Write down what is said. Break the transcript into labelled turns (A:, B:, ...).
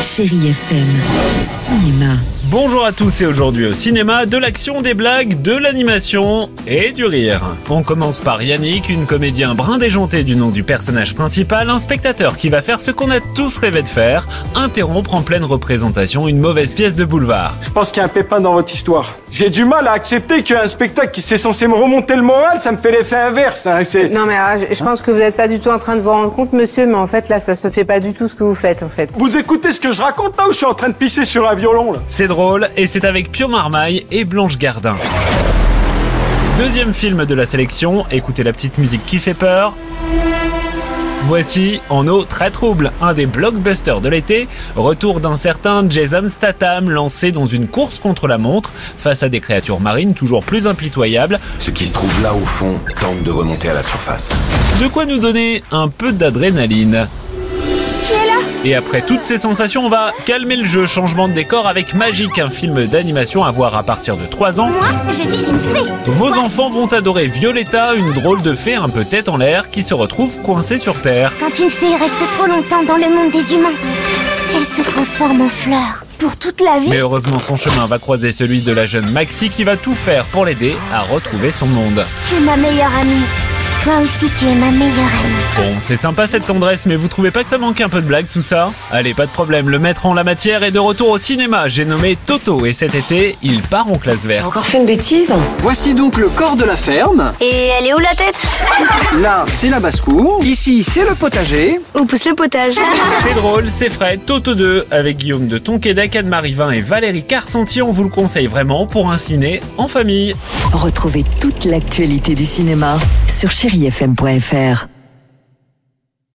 A: Chérie FM, cinéma.
B: Bonjour à tous et aujourd'hui au cinéma, de l'action, des blagues, de l'animation et du rire. On commence par Yannick, une comédien brin déjanté du nom du personnage principal, un spectateur qui va faire ce qu'on a tous rêvé de faire, interrompre en pleine représentation une mauvaise pièce de boulevard.
C: Je pense qu'il y a un pépin dans votre histoire. J'ai du mal à accepter qu'un spectacle qui c'est censé me remonter le moral, ça me fait l'effet inverse. hein, c'est-
D: Non mais ah, je je pense que vous n'êtes pas du tout en train de vous rendre compte, monsieur, mais en fait là, ça se fait pas du tout ce que vous faites, en fait.
C: Vous écoutez ce que je raconte là ou je suis en train de pisser sur un violon là
B: C'est drôle et c'est avec Pio Marmaille et Blanche Gardin. Deuxième film de la sélection, écoutez la petite musique qui fait peur. Voici, en eau très trouble, un des blockbusters de l'été, retour d'un certain Jason Statham lancé dans une course contre la montre face à des créatures marines toujours plus impitoyables,
E: Ce qui se trouve là au fond tente de remonter à la surface.
B: de quoi nous donner un peu d'adrénaline. Et après toutes ces sensations, on va calmer le jeu. Changement de décor avec Magic, un film d'animation à voir à partir de 3 ans.
F: Moi, je suis une fée.
B: Vos enfants vont adorer Violetta, une drôle de fée un peu tête en l'air qui se retrouve coincée sur Terre.
F: Quand une fée reste trop longtemps dans le monde des humains, elle se transforme en fleur. Pour toute la vie.
B: Mais heureusement, son chemin va croiser celui de la jeune Maxi qui va tout faire pour l'aider à retrouver son monde.
F: Tu es ma meilleure amie. Toi aussi, tu es ma meilleure amie.
B: Bon, c'est sympa cette tendresse, mais vous trouvez pas que ça manque un peu de blague tout ça Allez, pas de problème, le maître en la matière est de retour au cinéma. J'ai nommé Toto et cet été, il part en classe verte.
G: Encore fait une bêtise
H: Voici donc le corps de la ferme.
I: Et elle est où la tête
H: Là, c'est la basse-cour. Ici, c'est le potager.
I: Où pousse le potage
B: C'est drôle, c'est frais, Toto 2 avec Guillaume de Tonquédec, Anne-Marie Vin et Valérie Carcentier. On vous le conseille vraiment pour un ciné en famille.
A: Retrouvez toute l'actualité du cinéma sur chérifm.fr.